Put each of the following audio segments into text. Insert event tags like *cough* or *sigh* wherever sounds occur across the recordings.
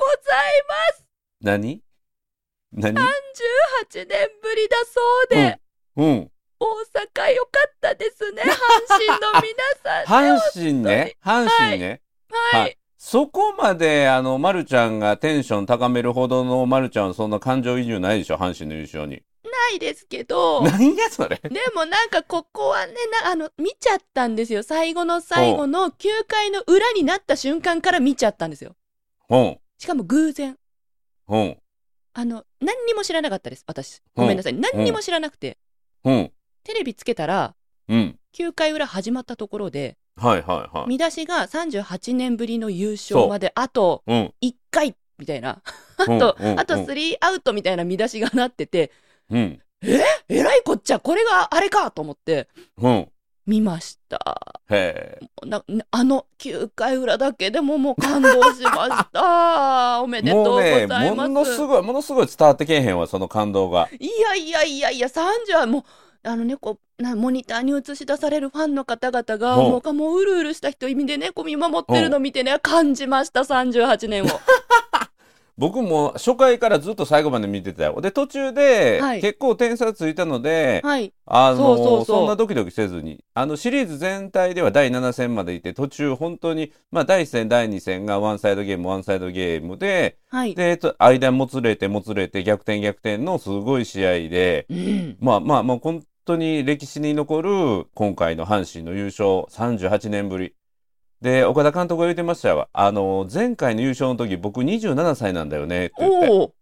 ます何何18年ぶりだそうで、うん。大阪良かったですね阪神の皆さ *laughs* んね阪神ね。阪神ね。ははいいそこまで、あの、まるちゃんがテンション高めるほどのまるちゃんはそんな感情移入ないでしょ阪神の優勝に。ないですけど何やそれ。でもなんかここはねなあの見ちゃったんですよ最後の最後の9回の裏になった瞬間から見ちゃったんですようん。しかも偶然うん。あの何にも知らなかったです私ごめんなさい何にも知らなくてうん。テレビつけたらうん。 9回裏始まったところではいはいはい。見出しが38年ぶりの優そ勝うまであとうん。 1回みたいなああ *laughs* とあと3アウトみたいな見出しがなっててうん。えらいこっちゃこれがあれかと思ってうん。へ見ましたえ。ななあの9回裏だけでももう感動しました *laughs* おめでとうもごうざね、いますものすごい、ものすごい伝わってけえへんわ、その感動が。いやいやいやいや30はもうあのねこうなモニターに映し出されるファンの方々がほうもうかもううるうるした人意味でねこう見守ってるの見てね感じました38年を *laughs* 僕も初回からずっと最後まで見てたよ。で、途中ではい、結構点差ついたので、はいあのそうそうそうそんなドキドキせずに、あのシリーズ全体では第7戦までいて、途中本当に、まあ第1戦、第2戦がワンサイドゲーム、ワンサイドゲームで、はいで、えっと間もつれてもつれて逆転逆転のすごい試合で、うんまあまあまあ本当に歴史に残る今回の阪神の優勝38年ぶり。で、岡田監督が言ってましたよ。あの、前回の優勝の時僕27歳なんだよねって言って。お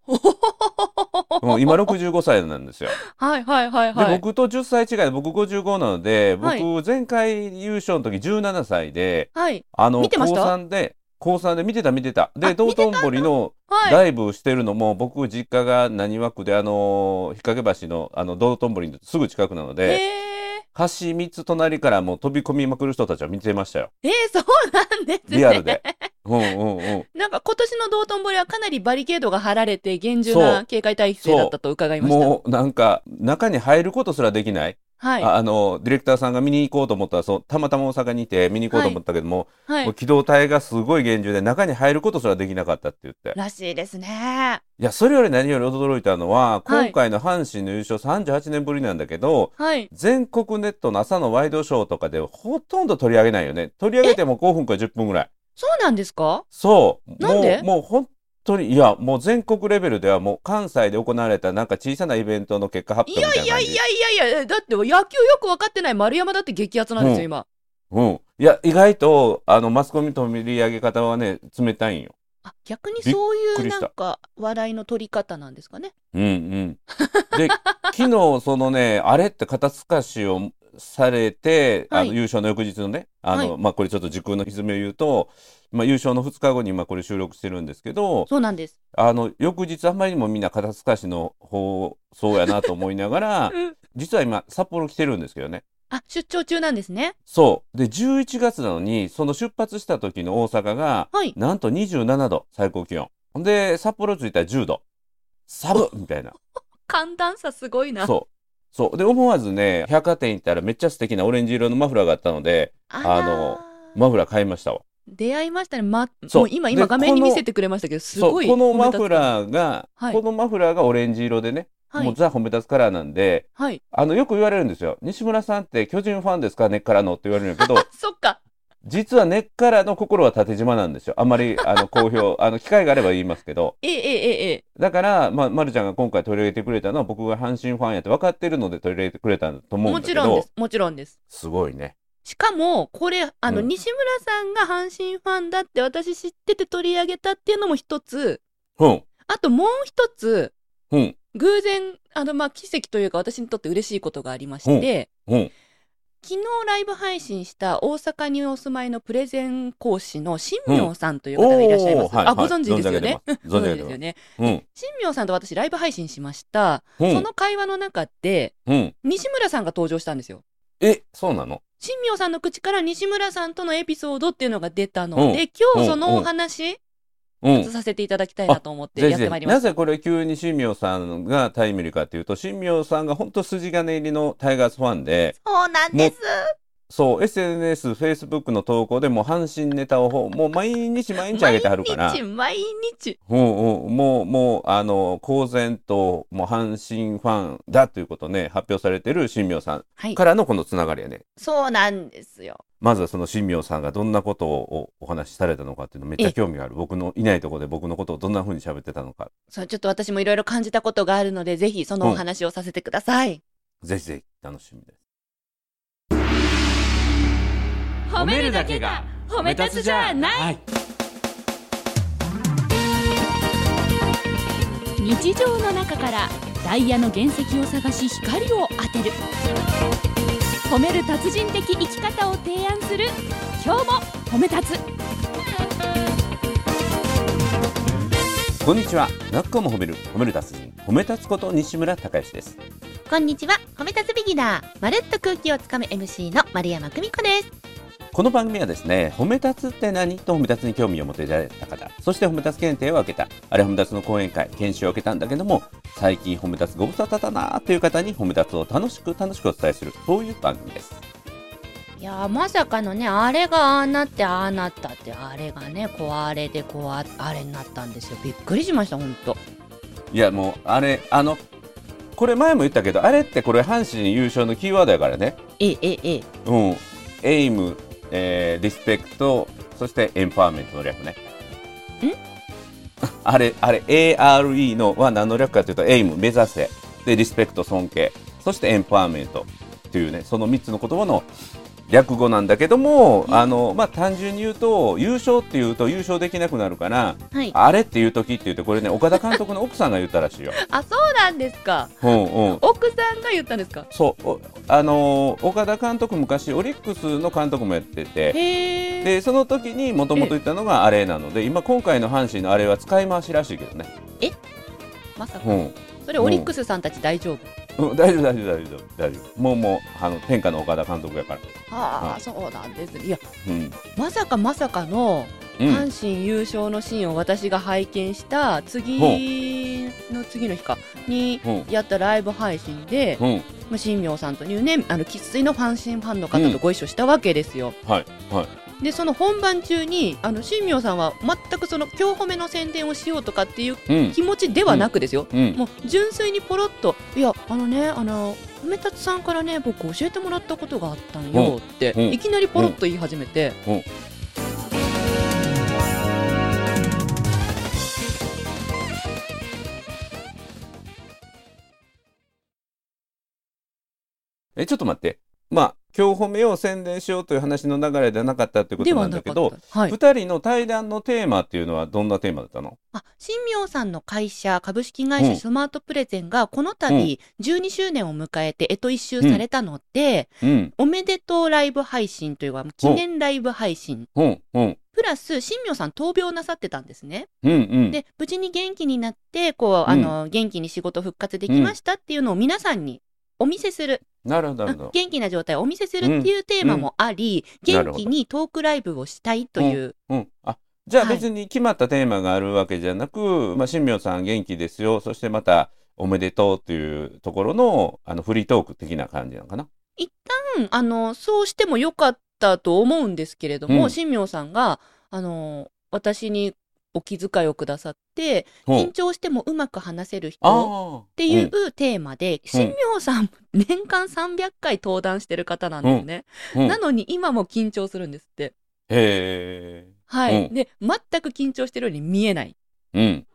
おもう今65歳なんですよ。はいはいはいではい僕と10歳違いで僕55なのではい僕前回優勝の時17歳ではいあの見てました高3で高3で見てた見てたあで道頓堀のはいライブしてるのも僕実家が何枠であの引っ掛け橋のあの道頓堀のすぐ近くなのえーで橋3つ隣からもう飛び込みまくる人たちは見てましたよえー、そうなんですねリアルで。うんうんうん *laughs* なんか今年の道頓堀はかなりバリケードが張られて厳重な警戒態勢だったと伺いました。もうなんか中に入ることすらできない、はい。ああのディレクターさんが見に行こうと思ったらそうたまたま大阪にいて見に行こうと思ったけども、はもうい。機動隊がすごい厳重で中に入ることすらできなかったって言ってらしいですね。いやそれより何より驚いたのははい今回の阪神の優勝38年ぶりなんだけど、はい。全国ネットの朝のワイドショーとかでほとんど取り上げないよね取り上げても5分か10分ぐらいそうなんですかそうなんでもうもう本当にいやもう全国レベルではもう関西で行われたなんか小さなイベントの結果発い表みやたいいなや感じいやいやいや、だって野球よく分かってない丸山だって激アツなんですよ、うん今。うんいや意外とあのマスコミと取り上げ方はね冷たいんよあ、逆にそういびっくうりなしたんか笑いの取り方なんですかね。うんうん。で、 *laughs* 昨日、そのね、あれって肩透かしをされて、あはいの、優勝の翌日のね、あはの、まあ、これちょっと時空の歪みを言うと、まあ、優勝の2日後に今これ収録してるんですけど、そうなんです。、あの、翌日あんまりにもみんな肩透かしの方、そうやなと思いながら *laughs* うん実は今、札幌来てるんですけどね。あ、出張中なんですね。そう。で、11月なのに、その出発した時の大阪が、はい。なんと27度、最高気温。ほんで、札幌着いたら10度。寒っみたいな。寒暖差すごいな。そう。そう。で、思わずね、百貨店行ったらめっちゃ素敵なオレンジ色のマフラーがあったので、あらーあのマフラー買いましたわ。出会いましたね。ま、そうもう今、今で画面にこ見のせてくれましたけど、すそごう。い。このマフラーが、はいこのマフラーがオレンジ色でね、ーはもうい。ザ・褒め立つカラーなんで、はい。あの、よく言われるんですよ。西村さんって巨人ファンですか根っからのって言われるんやけ *laughs* ど、そっか。実は根っからの心は縦縞なんですよ。あんまり、あの、好評、 *laughs* あの、機会があれば言いますけど。ええええええ。だから、まあ、まるちゃんが今回取り上げてくれたのは、僕が阪神ファンやって分かってるので取り上げてくれたと思うんもだけちど、ろんです。もちろんです。すごいね。しかも、これ、あの、うん西村さんが阪神ファンだって私知ってて取り上げたっていうのも一つ、うん、あともう一つ、うん、偶然、あの、まあ、奇跡というか私にとって嬉しいことがありまして、うん。昨日ライブ配信した大阪にお住まいのプレゼン講師の新明さんという方がいらっしゃいます。おーはいあ、ごはい存知ですよね。存じ上でげてすますよね。うん。新明さんと私ライブ配信しました。うんその会話の中で、うん。西村さんが登場したんですよ。え、そうなの新明さんの口から西村さんとのエピソードっていうのが出たので、今日そのお話、うん。させていただきたいなと思ってぜひやってぜまいひりまなした。ぜこれ急に新明さんがタイムリーかっていうと、新明さんが本当筋金入りのタイガースファンで、そうなんです。そう SNS、Facebook の投稿でもう阪神ネタをほもう毎日毎日上げてはるから毎日、毎日。うんうん、もうもうあの公然ともう阪神ファンだということをね発表されてる新明さはんい。からのこのつながりやね。そうなんですよ。まずはその新明さんがどんなことをお話しされたのかっていうのめっちゃ興味がある僕のいないところで僕のことをどんな風に喋ってたのかそう、ちょっと私もいろいろ感じたことがあるので、ぜひそのお話をさせてください。ぜひぜひ楽しみです。褒はい、日常の中からダイヤの原石を探し光を当てる褒める達人的生き方を提案する今日も褒め立つこんにちはなっこも褒める褒める達人褒め立つこと西村孝之ですこんにちは、褒め立つビギナー、まるっと空気をつかむ MC の丸山久美子です。この番組はですね、褒め立つって何と褒め立つに興味を持っていただいた方、そして褒め立つ検定を受けた、あれ褒め立つの講演会、研修を受けたんだけども、最近褒め立つご無沙汰だなという方に褒め立つを楽しく楽しくお伝えする、そういう番組です。いやーまさかのねあれがああなってああなったってあれがね壊れでこうああれになったんですよびっくりしましたほんといや、もう、あれ、あの、これ前も言ったけど、あれってこれ阪神優勝のキーワードやからね。ええええうん。エイム、えー、リスペクト、そしてエンパワーメントの略ね。ん *laughs* あれ、あれ、ARE のは何の略かというと、エイム、目指せ。で、リスペクト、尊敬。そしてエンパワーメント。というね、その3つの言葉の略語なんだけども、あの、まあ、単純に言うと、優勝っていうと優勝できなくなるから、はいあれっていう時って言って、これね、岡田監督の奥さんが言ったら *laughs* しいよ。あそうなんですかうんうん。奥さんが言ったんですかそう、おあのー岡田監督昔オリックスの監督もやってて、へえでその時にもともと言ったのがあれなので、今今回の阪神のあれは使い回しらしいけどね。まさかうん、それオリックスさんたち大丈夫うん、大丈夫大丈夫大丈夫大丈夫。もうもうあの天下の岡田監督やから。あはあいそうなんですねいやうん。まさかまさかのうん。阪神優勝のシーンを私が拝見した次の次の日かにうん。やったライブ配信でうん。まあ、新明さんというねあの生粋の阪神ファンの方とご一緒したわけですよ、はいはい。でその本番中にあの新明さんは全くその今日褒めの宣伝をしようとかっていううん。気持ちではなくですよ、うん。もう純粋にポロッと「いやあのねあの褒めたつさんからね僕教えてもらったことがあったんよ」って、うんうんいきなりポロッと言い始めて、うんえちょっと待って。まあ今日褒めを宣伝しようという話の流れではなかったというこでとなはんなだかけったど、です、はい、二人の対談のテーマっていうのはどんなテーマだったの？あ新明さんの会社株式会社スマートプレゼンがこの度12周年を迎えてえと一周されたので、うんおめでとうライブ配信というか、記念ライブ配信。うんうんプラス、新明さん闘病なさってたんですね。うんうん。で、無事に元気になって、こう、うんあの、元気に仕事復活できましたっていうのを皆さんにお見せする、なるほどなるほど。元気な状態をお見せするっていうテーマもあり、うんうん元気にトークライブをしたいという、うん、あじゃあはい別に決まったテーマがあるわけじゃなく、まあ、新明さん元気ですよそしてまたおめでとうというところのあのフリートーク的な感じなのかな。一旦、あの、そうしてもよかったと思うんですけれども、うん新明さんが、あの、私にお気遣いをくださって、ほ緊う張してもうまく話せる人あっっていうテーマで、新明さん、年間300回登壇してる方なんですね。うんうんなのに今も緊張するんですって。へはい。うんで、全く緊張してるように見えない。え、うん、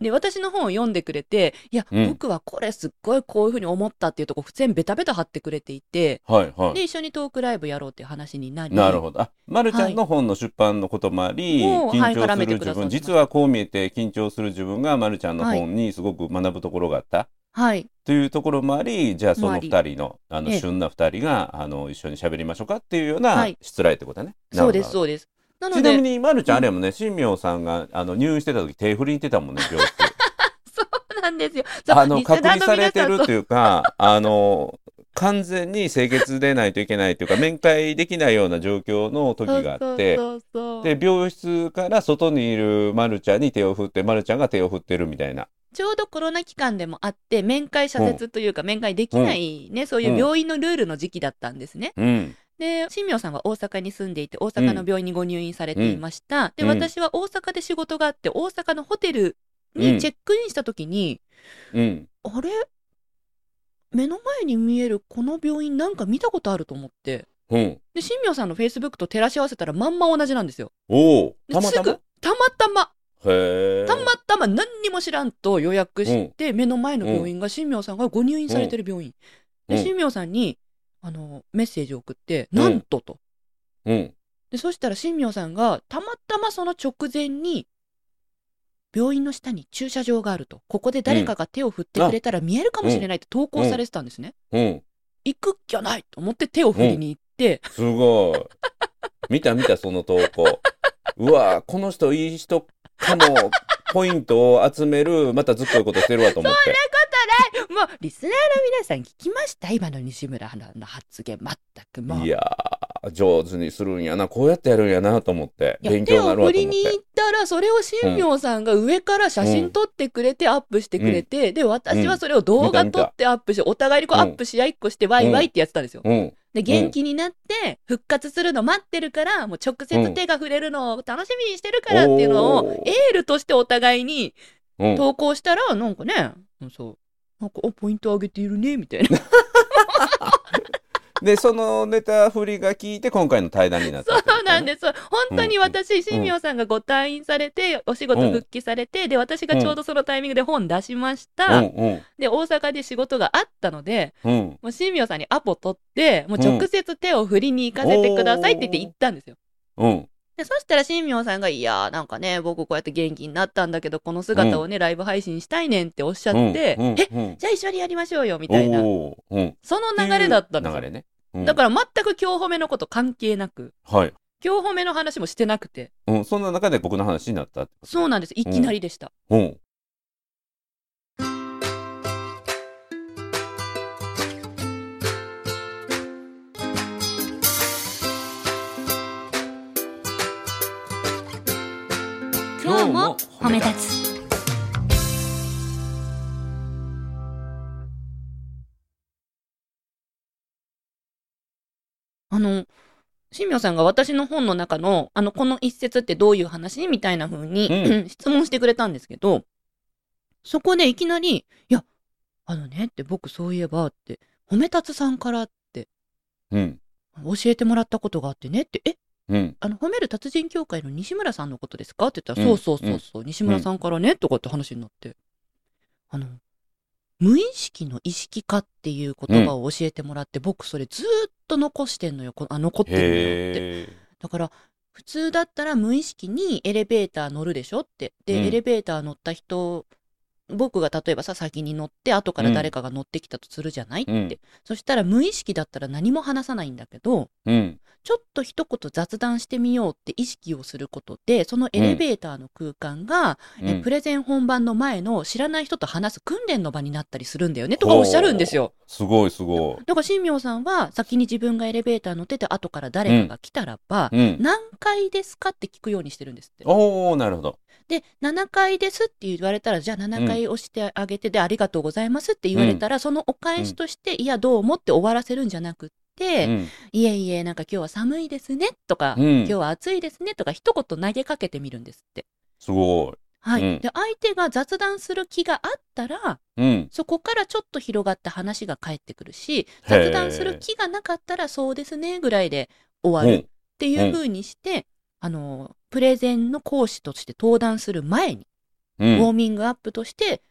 で、私の本を読んでくれて、いや、うん僕はこれすっごいこういうふうに思ったっていうとこ、普通ベタベタ貼ってくれていて、はいはで、い。一緒にトークライブやろうっていう話になり。なるほど。あ、まるちゃんの本の出版のこともあり、もうはい緊張絡すめるてくだ自さい分、ました実はこう見えて緊張する自分がまるちゃんの本にすごく学ぶところがあった、はい。というところもあり、じゃあその二人のあのええ旬な二人があの一緒に喋りましょうかっていうようなはい失礼ってことだね。なるそほうどです、そうです。なのちなみで、に、まるちゃん、あれやもんね、新明さんがあの入院してた時手振りに行ってたも *laughs* んね、病室そうなんですよ。そうあの、リス隔ナーの離されて皆るさんというか、あの、完全に清潔でないといけないというか、面会できないような状況の時があって、そうそうそうそうで、病室から外にいるまるちゃんに手を振って、まるちゃんが手を振ってるみたいな。ちょうどコロナ期間でもあって、面会社説というか、面会できないね、そういう病院のルールの時期だったんですね。うん。で新明さんは大阪に住んでいて大阪の病院にご入院されていました、でうん私は大阪で仕事があって大阪のホテルにチェックインした時に、うん。あれ目の前に見えるこの病院なんか見たことあると思ってうん。で新明さんのフェイスブックと照らし合わせたらまんま同じなんですよ。おお。でたまたますぐたまたまへえ。たまたま何にも知らんと予約して、目の前の病院が新明さんがご入院されてる病院、うんで新明さんにあのメッセージを送って「うんなんと」と。うん。でそしたら新明さんがたまたまその直前に病院の下に駐車場があるとここで誰かが手を振ってくれたら見えるかもしれないって投稿されてたんですね。うん。行くっきゃないと思って手を振りに行って、すごい。見た見た、その投稿。うわこの人いい人かも。ポイントを集める、またずっこいことしてるわと思って。もうリスナーの皆さん聞きました今の西村花の発言全くもういやー、上手にするんやな、こうやってやるんやなと思って、いや勉強になるわと手を振り思っに行て。ったらそれを新明さんが上から写真撮ってくれてアップしてくれて、で私はそれを動画見撮た見たってアップしてお互いにこううアんップし合いっこしてワイワイってやってたんですよ。うん、で元気になって復活するの待ってるからもう直接手が触れるのを楽しみにしてるからっていうのおをーエールとしてお互いにうん。投稿したらなんかねうんそうなんかおポイント上げているねみたいなで、そのネタ振りが聞いて、今回の対談になったってことね、そうなんです本当に私新明さんがご退院されてお仕事復帰されてで私がちょうどそのタイミングで本出しました。で大阪で仕事があったのでうん、うん、うん。もう新明さんにアポ取ってもう直接手を振りに行かせてくださいって言って行ったんですよ。うん、でそしたら新明さんが「いやーなんかね僕こうやって元気になったんだけどこの姿をね、ライブ配信したいねん」っておっしゃって「うん、えうん、じゃあ一緒にやりましょうよ」みおたいなーうん、その流れだったんです流よ、れね。うんだから全く今日褒めのこと関係なくはい。今日褒めの話もしてなくてうん、そんな中で僕の話になったってことそうなんですいきなりでした。うん。今日も褒め立つあの新明さんが私の本の中のあのこの一節ってどういう話みたいな風に、*clears throat* う質問してくれたんですけどそこでいきなり「いやあのね」って僕そういえばって褒め立つさんからってうん、教えてもらったことがあってねって「えうん、あの褒める達人協会の西村さんのことですか?」って言ったら「うんそうそうそうそう、西村さんからね」とかって話になってあの無意識の意識化っていう言葉を教えてもらって、僕それずーっと残してんのよこあ残ってるのよって。へえ。だから普通だったら無意識にエレベーター乗るでしょってで、うんエレベーター乗った人僕が例えばさ先に乗って後から誰かが乗ってきたとするじゃない、うんってそしたら無意識だったら何も話さないんだけどうん、ちょっと一言雑談してみようって意識をすることでそのエレベーターの空間が、うえんプ。レゼン本番の前の知らない人と話す訓練の場になったりするんだよねとかおっしゃるんですよ。すごい、すごだから新明さんは先に自分がエレベーター乗ってて後から誰かが来たらば、い。うん。何階ですかって聞くようにしてるんですって。おお、なるほど。で、7階ですって言われたら、じゃあ7階押してあげて、で、ありがとうございますって言われたら、そのお返しとして、いや、どうもって終わらせるんじゃなくって、うん、いえいえ、なんか今日は寒いですねとか、うん今日は暑いですねとか、一言投げかけてみるんですって。すごはい。うんで、相手が雑談する気があったら、い。うん。そこからちょっと広がった話が返ってくるし、へー雑談する気がなかったら、そうですねぐらいで終わる。っていう風にして、あのプレゼンの講師として登壇する前に、うん。ウォうーん。ミングアップとして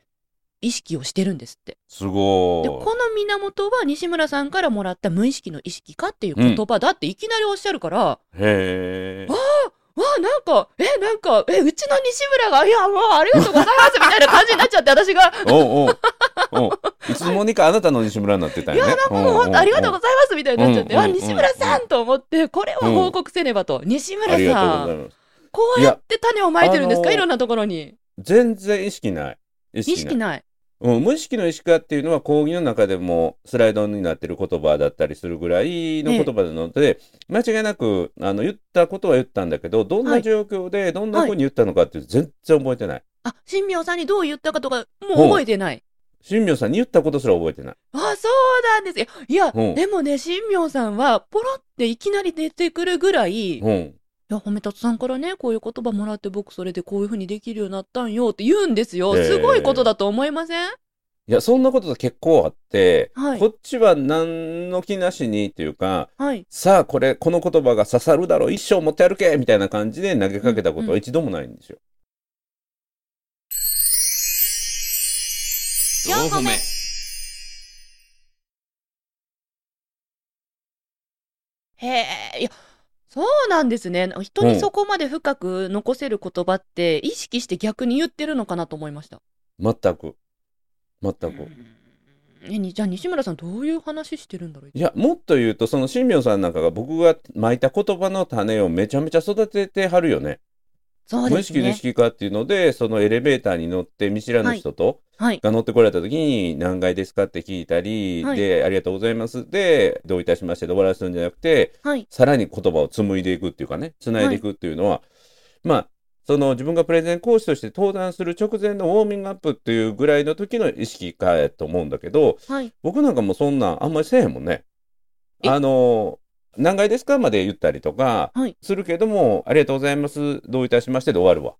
意識をしてるんですって。すごでい。この源は西村さんからもらった無意識の意識化っていう言葉だっていきなりおっしゃるから、わへえ。あなんかえなんかえうちの西村がいやもうありがとうございますみたいな感じになっちゃって私が。おうおう。おう *laughs* いつの間にかあなたの西村になってたいよやね。なんかもう本当ありがとうございますみたいになっちゃって、うんうんあ西村さんと思ってこれは報告せねばと、西あ村りがとうさございんます。こうやって種をまいてるんですかいいやあのーろんなところに全然意識ない。意意識ない。ないうん、無意識の意識化っていうのは講義の中でもスライドになってる言葉だったりするぐらいの言葉なので、間違いなくあの言ったことは言ったんだけど、どんはない状況でどんな風に言ったのかっていう全然覚えてない。あ、新明さんにどう言ったかとか、もう覚えてない。新明さんに言ったことすら覚えてない。あ、そうなんですよ。いや、うんでもね、新明さんは、ポロっていきなり出てくるぐらい、いうん。や、褒めたつさんからね、こういう言葉もらって、僕それでこういうふうにできるようになったんよって言うんですよ。ええすごいことだと思いませんいや、そんなことが結構あって、はいこっちは何の気なしにというか、はい。さあ、これ、この言葉が刺さるだろう、一生持って歩けみたいな感じで投げかけたこうとんは一度もないんですよ。 4個目へえ、いや、そうなんですね。人にそこまで深く残せる言葉って、意識して逆に言ってるのかなと思いました。全く。全く。えにじゃあ西村さんどういう話してるんだろういや、もっと言うと、その新明さんなんかが僕が巻いた言葉の種をめちゃめちゃ育ててはるよね。そう無で意す識の意ね。識化っていうので、そのエレベーターに乗って見知らぬ人と、はい。が乗ってこられた時に何階ですかって聞いたり、はいで、ありがとうございます。で、どういたしましてで終わらせるんじゃなくて、はい。さらに言葉を紡いでいくっていうかね、繋いでいくっていうのは、まあ、その自分がプレゼン講師として登壇する直前のウォーミングアップっていうぐらいの時の意識化やと思うんだけど、はい。僕なんかもうそんなんあんまりせえへんもんね。えあの、何階ですかまで言ったりとかはいするけども、ありがとうございます。どういたしましてで終わるわ。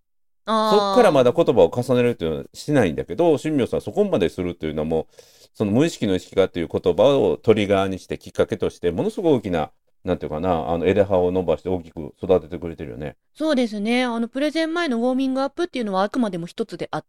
そっからまだ。だ言葉を重ねるっていうのはしないんだけど、新明さんはそこまでするっていうのはもう、その無意識の意識化っていう言葉をトリガーにしてきっかけとして、ものすごい大きな、なんていうかな、あの枝葉を伸ばして大きく育ててくれてるよね。そうですね。あの、プレゼン前のウォーミングアップっていうのはあくまでも一つであって、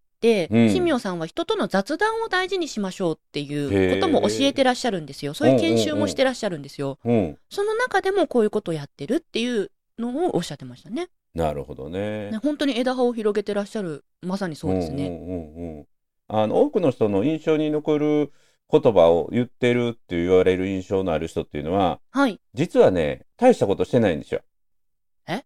うん神妙さんは人との雑談を大事にしましょうっていうことも教えてらっしゃるんですよ。そういう研修もしてらっしゃるんですよ。うん。その中でもこういうことをやってるっていうのをおっしゃってましたね。なるほどね。ね本当に枝葉を広げてらっしゃる、まさにそうですね。んうんうんうんあの多くの人の印象に残る言葉を言ってるって言われる印象のある人っていうのははい。実はね大したことしてないんですよ。え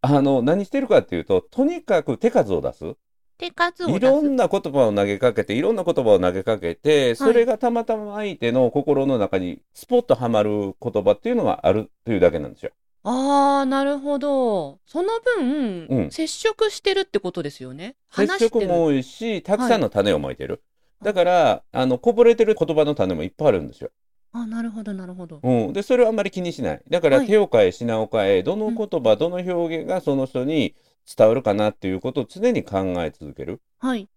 あの何してるかっていうととにかく手数を出す手数をい出す。ろんな言葉を投げかけていろんな言葉を投げかけてそれがたまたま相手の心の中にスポッとはまる言葉っていうのがあるというだけなんですよ。ああ、なるほど。その分、うん接触してるってことですよね。接話し触てもる。多いし、たくさんの種をまいてる。だから、あの、こぼれてる言葉の種もいっぱいあるんですよ。あ、なるほど、なるほど。うん。で、それはあんまり気にしない。だから、はい手を変え、品を変え、どの言葉、どの表現がその人に伝わるかなっていうことを常に考え続ける。はい。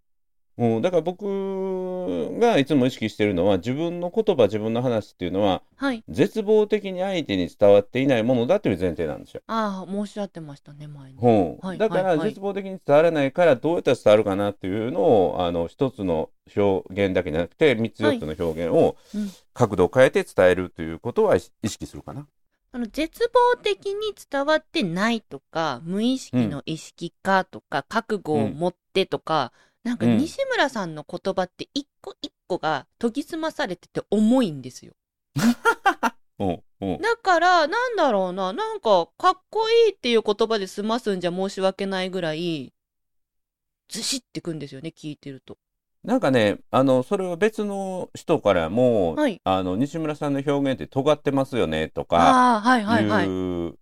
うん。だから僕がいつも意識してるのは、自分の言葉、自分の話っていうのは、はい。絶望的に相手に伝わっていないものだという前提なんですよ。ああ、申し上ってましたね、前に。うんはいだかはらいはい絶望的に伝わらないからどうやったら伝わるかなっていうのをあの一つの表現だけじゃなくて3つはい4つの表現をうん角度を変えて伝えるということは意意識するかな。あの、絶望的に伝わってないとか、無意識の意識化とか、覚悟を持ってとか、なんかうん西村さんの言葉って一個一個が研ぎ澄まされてて重いんですよ。うんうんだから、なんだろうな、なんか、かっこいいっていう言葉で済ますんじゃ申し訳ないぐらい、ずしってくんですよね、聞いてると。なんかねあのそれは別の人からも、はいあの西村さんの表現って尖ってますよねとかああー、はいいう、はいはい。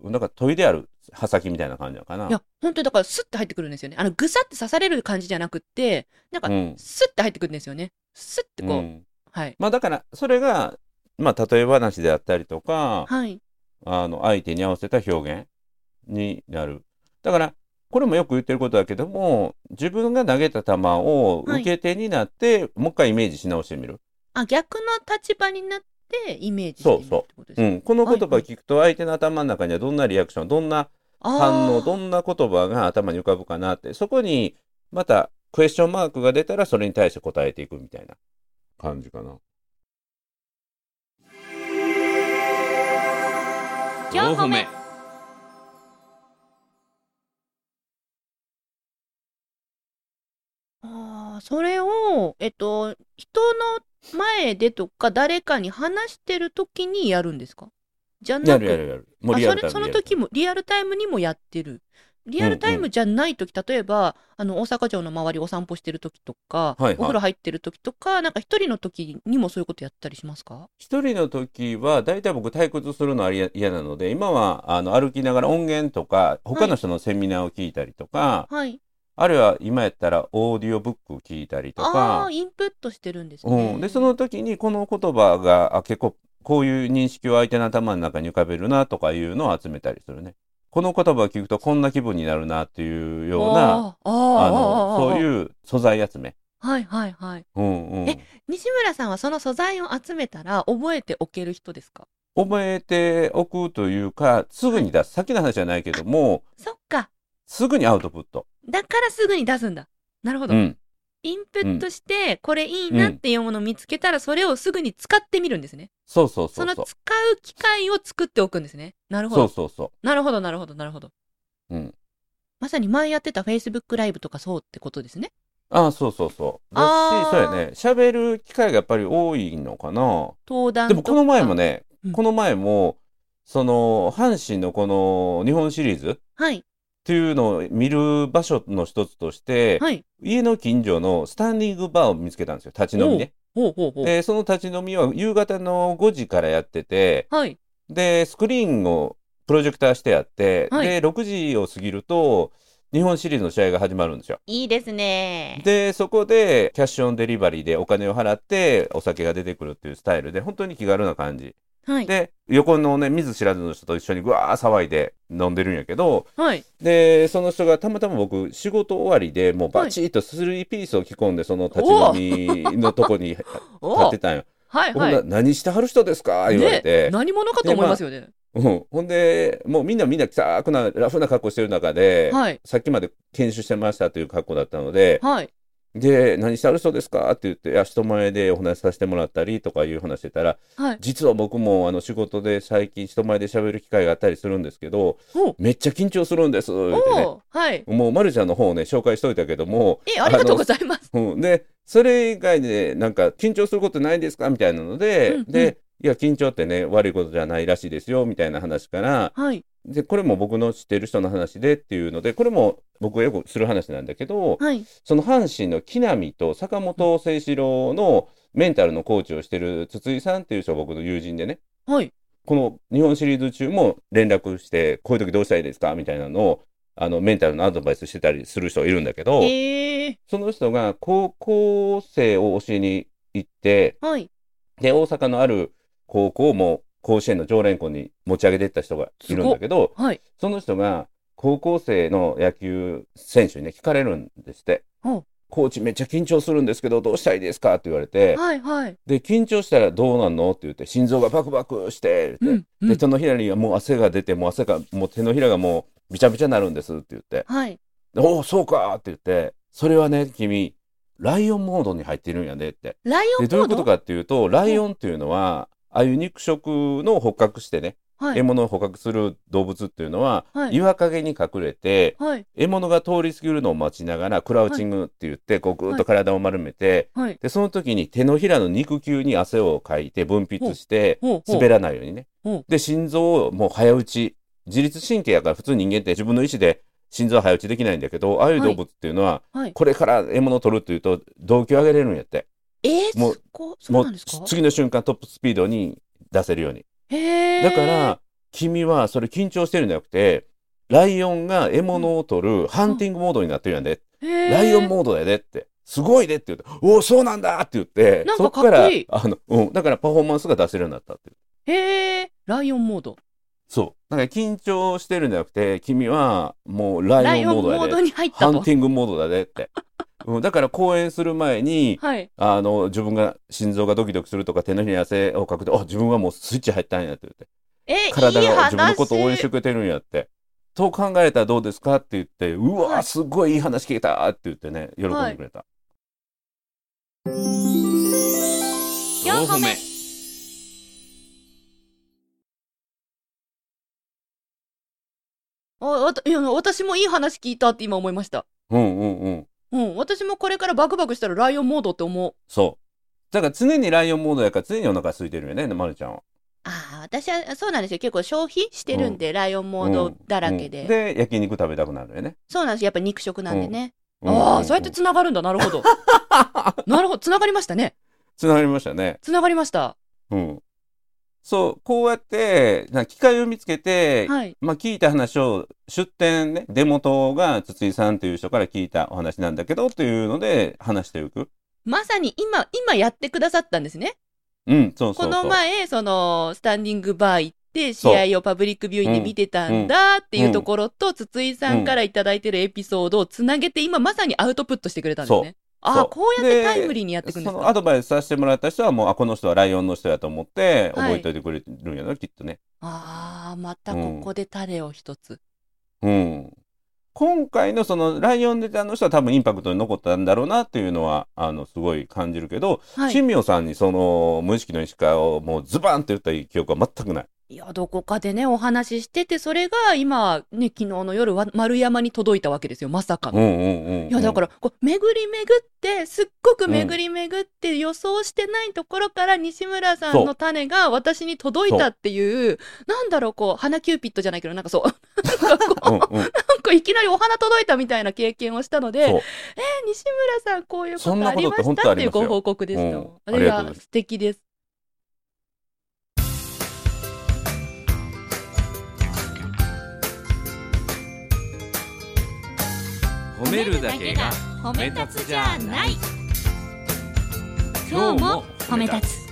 いなんか問いである刃先みたいな感じなのかな。や、本当にだから、スッて入ってくるんですよね。あの、ぐさって刺される感じじゃなくって、なんかう、んスッて入ってくるんですよね。スッてこう、うんはい。まあ、だからそれが、まあ、例え話であったりとか、はい。あの相手に合わせた表現になる。だからこれもよく言ってることだけども自分が投げた球をはい受け手になって、もう一回イメージし直してみる、あ、逆の立場になって、イメージしてみるってことですうね。ん、この言葉はいはい聞くと相手の頭の中にはどんなリアクションどんな反応どあんな言葉が頭に浮かぶかなってそこにまたクエスチョンマークが出たらそれに対して答えていくみたいな感じかな。 4個目あー、それを、えっと、人の前でとか、誰かに話してる時にやるんですかじゃなやくるやるやる。もうあリアそルれタイそのムリアルタイ時ムもリアルタイムにもやってるリアルタイムじゃない時、例えばあの大阪城の周りお散歩してる時とか、はいはいお風呂入ってる時とかなんか一人の時にもそういうことやったりしますか一人の時は大体僕退屈するのは嫌嫌なので今はあの歩きながら音源とか他の人のセミナーを聞いたりとか、はいあるいは今やったらオーディオブック聞いたりとあかあ、、インプットしてるんですね。うん、でその時にこの言葉があ結構こういう認識を相手の頭の中に浮かべるなとかいうのを集めたりするね。この言葉を聞くとこんな気分になるなっていうようあな、ーああのそう。ういう素材集め。はいはいはい。うんうん、え西村さんはその素材を集めたら覚えておける人ですか覚えておくというかすぐに出すさっきの話じゃないけどもそっか。すぐにアウトプット。だからすぐに出すんだ。なるほど。うんインプットして、これいいなっていうものを見つけたら、それをすぐに使ってみるんですね。そうそうそそうのそ使うう。機会を作っておくんですね。なるほそうど。そうそなるほど、なるほど、なるほど。う。うん。まさに前やってた Facebook ライブとかそうってことですね。ああ、そうそうそう。だあし、ーそうやね。喋る機会がやっぱり多いのかな。登壇でとか。もこの前もねう、んこの前も、その、阪神のこの日本シリーズっはい。ていうのを見る場所の一つとして、はい。家の近所のスタンディングバーを見つけたんですよ。立ち飲みね。ほうほうほう。で、その立ち飲みは夕方の5時からやってて、はい。で、スクリーンをプロジェクターしてあって、はいで、6時を過ぎると、日本シリーズの試合が始まるんですよ。いいですね。で、そこでキャッシュオンデリバリーでお金を払ってお酒が出てくるっていうスタイルで、本当に気軽な感じ。はい。で、横のね、見ず知らずの人と一緒にぐわー騒いで飲んでるんやけど、はい。で、その人がたまたま僕、仕事終わりでもうバチッとスリーピースを着込んで、その立ち飲みのとこに *laughs* 立おってたんよ。はいほんはないら。何してはる人ですか言われて。ね、何者かと思いますよね。うん、ほんで、もうみんなみんな汚くな、ラフな格好してる中で、はい。さっきまで研修してましたという格好だったので、はい。で、何してある人ですかって言って、いや、人前でお話しさせてもらったりとかいう話してたら、はい。実は僕もあの仕事で最近人前で喋る機会があったりするんですけど、おうめっちゃ緊張するんです、言ってね。おうはい。もう、まるちゃんの方をね、紹介しといたけども、え、ありがとうございます。うん、で、それ以外で、なんか、緊張することないですかみたいなので、うんうんで、いや、緊張ってね、悪いことじゃないらしいですよ、みたいな話から、はい。でこれも僕の知ってる人の話でっていうのでこれも僕がよくする話なんだけど、はい。その阪神の木浪と坂本誠志郎のメンタルのコーチをしてる筒井さんっていう人が僕の友人でねはい。この日本シリーズ中も連絡してこういう時どうしたらいいですかみたいなのをあのメンタルのアドバイスしてたりする人いるんだけど、ええその人が高校生を教えに行ってー。はい。で大阪のある高校も甲子園の常連校に持ち上げてった人がいるんだけど。はい。その人が高校生の野球選手にね聞かれるんですってお。コーチめっちゃ緊張するんですけどどうしたらいいですかって言われて、はい。はい。で緊張したらどうなんのって言って心臓がバクバクしてって、うん。うでん。手のひらにはもう汗が出てもう汗がもう手のひらがもうびちゃびちゃになるんですって言ってはい。 「おおそうか」って言って「それはね君ライオンモードに入ってるんやで」って。ライオンでどういモーうこドとかっていうとライオンっていうのはああいう肉食の捕獲してねは獲い。物を捕獲する動物っていうのは、はい岩陰に隠れてはい。獲物が通り過ぎるのを待ちながらクラウチングって言って、こうぐーっと体を丸めて、はい。でその時に手のひらの肉球に汗をかいて分泌してほうほう滑らないようにねほう。で心臓をもう早打ち自律神経やから普通人間って自分の意思で心臓は早打ちできないんだけどああいう動物っていうのは、はい。これから獲物を取るっていうと動機を上げれるんやってえもー、うすごい。そもうなんうですか次の瞬間トップスピードに出せるように。へえ。だから、君はそれ緊張してるんじゃなくて、ライオンが獲物を取るハンティングモードになってるんやで。へー、ライオンモードやでって。すごいでって言って、おお、そうなんだって言って、なんそかかっっこから、いいあの、うん、だからパフォーマンスが出せるようになったっていう。へえ。ライオンモード。そう。だから緊張してるんじゃなくて、君はもうラライイオオンンモモードやーで。ドに入ったハンと。ティングモードだでって。うん、だから公演する前に、はい。あの、自分が心臓がドキドキするとか、手のひらに汗をかくと、あ、自分はもうスイッチ入ったんやって言って。え、体が自分のことを応援いいして話くれてるんやって。と考えたらどうですかって言って、うわはいすごいいい話聞けたって言ってね、喜んでくれた。四歩目あわたいや私もいい話聞いたって今思いました。うんうんうん。うん、私もこれからバクバクしたらライオンモードって思う。そう。だから常にライオンモードやから常にお腹空いてるよね、まるちゃんは。ああ、私はそうなんですよ。結構消費してるんで、ライオンモードだらけで。うんで、焼肉食べたくなるよね。そうなんですよ。やっぱ肉食なんでね。んんんああ、そうやってつながるんだ。なるほ *laughs* ど。なるほど。つながりましたね。つながりましたね。つながりました。うん。そう、こうやって、な機会を見つけて、はい。まあ聞いた話を、出店ね、デモ党が筒井さんという人から聞いたお話なんだけど、というので話していく。まさに今、今やってくださったんですね。うん、そうそうそこう。の前、その、スタンディングバー行って、試合をパブリックビューイングで見てたんだっていうところと、筒井さんからいただいてるエピソードをつなげて、今まさにアウトプットしてくれたんですね。あそあ、うこうやってタイムリーにやっていくんでそすのアか。ドバイスさせてもらった人はもうあこの人はライオンの人やと思ってはい覚えておいてくれるんやな、きっとね。ああ、またここでタレを一つ。うん、今回のそのライオンネタの人は多分インパクトに残ったんだろうなっていうのはあのすごい感じるけど、はい。新明さんにその無意識の意識化をもうズバンって言った記憶は全くない。いや、どこかでね、お話ししてて、それが今、ね、昨日の夜は、丸山に届いたわけですよ、まさかの。うんうんうんうんいや、だから、こう、巡り巡って、すっごく巡り巡って、予想してないところから、西村さんそのう種が私に届いたっていう、なんだろう、こう、花キューピッドじゃないけど、なんかそう、 *laughs* なんかこう、うんうん、なんかいきなりお花届いたみたいな経験をしたので、そうえ西村さん、こういうこそんとなあこりとまって本し当たあってりいまうすよご報告でしたもうんん。あれありがとうござがいます素敵です。褒褒め立つじゃない今日も褒め立つ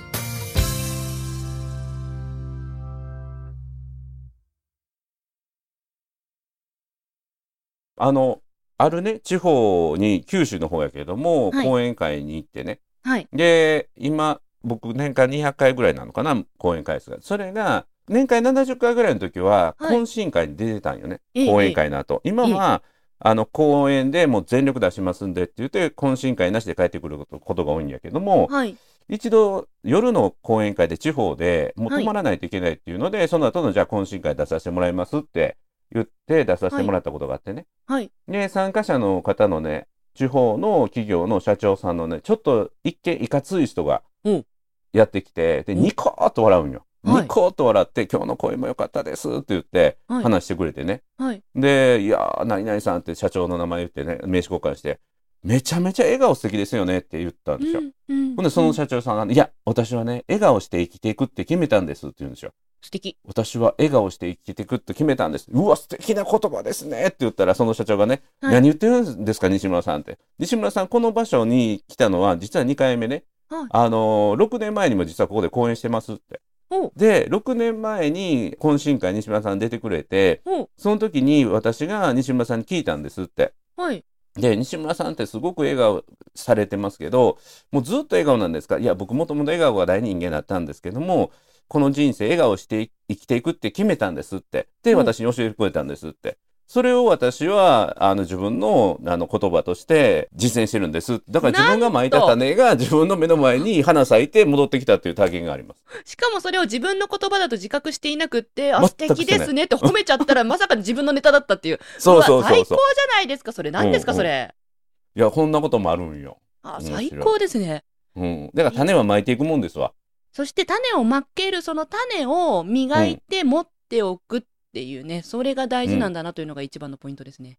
あのあるね地方に九州の方やけども、はい講演会に行ってねはい。で、今、僕、年間200回ぐらいなのかな、講演回数が。それが、年間70回ぐらいの時は、はい懇親会に出てたんよね、ええ講演会の後。今は、あの、講演でもう全力出しますんでって言って、懇親会なしで帰ってくることことが多いんやけども、はい。一度、夜の講演会で地方でもう泊まらないといけないっていうので、その後の、じゃあ懇親会出させてもらいますって言って、出させてもらったことがあってね。はい。で、参加者の方のね、地方の企業の社長さんのね、ちょっと一見いかつい人がうんやってきて、で、うんニコーっと笑うんよ。はいニコーっと笑って、今日の声も良かったですって言って、はい話してくれてね。はい。で、いやー、何々さんって社長の名前言ってね、名刺交換して、めちゃめちゃ笑顔素敵ですよねって言ったんですよ。うんほんで、その素社長さんが、いや、私はね、笑顔して生きていくって決めたんですって言うんですよ。敵。私は笑顔して生きていくって決めたんです。うわ、素敵な言葉ですねって言ったら、その社長がね、はい何言ってるんですか、西村さんって。西村さん、この場所に来たのは、実は2回目ね。はいあのー、6年前にも実はここで講演してますって。おうで、6年前に懇親会西村さん出てくれて、おうその時に私が西村さんに聞いたんですって。はい。で、西村さんってすごく笑顔されてますけど、もうずっと笑顔なんですかいや、僕もともと笑顔が大人間だったんですけども、この人生笑顔して生きていくって決めたんですって。で、うん私に教えてくれたんですって。それを私は、あの、自分の、あの、言葉として実践してるんです。だから自分が巻いた種が自分の目の前に花咲いて戻ってきたっていう体験があります。しかもそれを自分の言葉だと自覚していなくって、あ、素全く敵ですねって褒めちゃった *laughs* ら、まさかの自分のネタだったっていう。そうそうそうわ最高そう。じゃないですか、それ。何ですか、うんうそんれ。いや、こんなこともあるんよ。あ、面白い最高ですね。うん。だから種は巻いていくもんですわ。そして種をまける、その種を磨いて持っておくっていうね、それが大事なんだなというのが一番のポイントですね。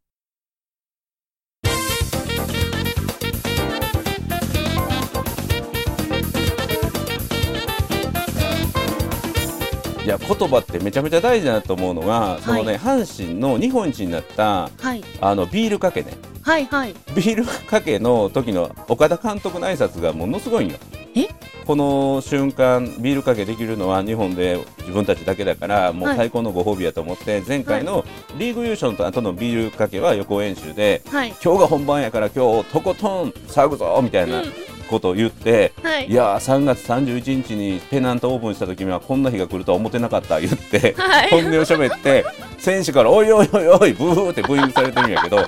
いや言葉ってめちゃめちゃ大事だなと思うのが、いそのね阪神の日本一になったはい。あのビールかけねはいはい。ビールかけの時の岡田監督の挨拶がものすごいんよえこの瞬間ビールかけできるのは日本で自分たちだけだからもうはい最高のご褒美やと思って、前回のリーグ優勝の後のビールかけは予行演習ではい。今日が本番やから今日とことん騒ぐぞみたいなことを言って、はいい。やー3月31日にペナントオープンした時にはこんな日が来るとは思ってなかった言って、はい本音をしゃべって選手から「おいおいおいおいブー」ってブーイングされてるんやけど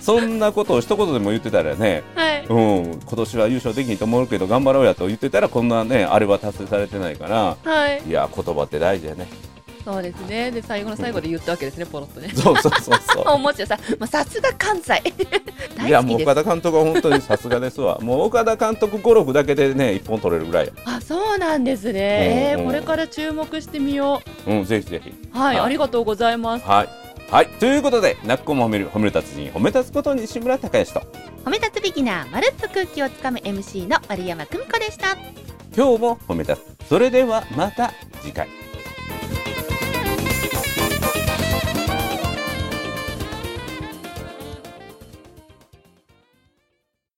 そんなことを一言でも言ってたらね、はい。うん、今年は優勝できひんと思うけど頑張ろうやと言ってたらこんなねあれは達成されてないからはい。いやー言葉って大事やねそうですね。で、最後の最後で言ったわけですね、ポロッとね。そうそう *laughs* そうそおもちゃさ、まあ、さすが関西。 *laughs* ういや大好もきでうす岡。田監督は本当にさすがですわもう岡田監督語録だけでね一本取れるぐらいや、あ、そうなんですね。えうんー、うんこれから注目してみよう。うん、ぜひぜひはい、はいありがとうございます。はいはい、ということで、泣く子も褒める、褒める達人、褒め立つこと西村孝之と、褒め立つビギナーまるっと空気をつかむ MC の丸山久美子でした今日も褒め立つ。それではまた次回。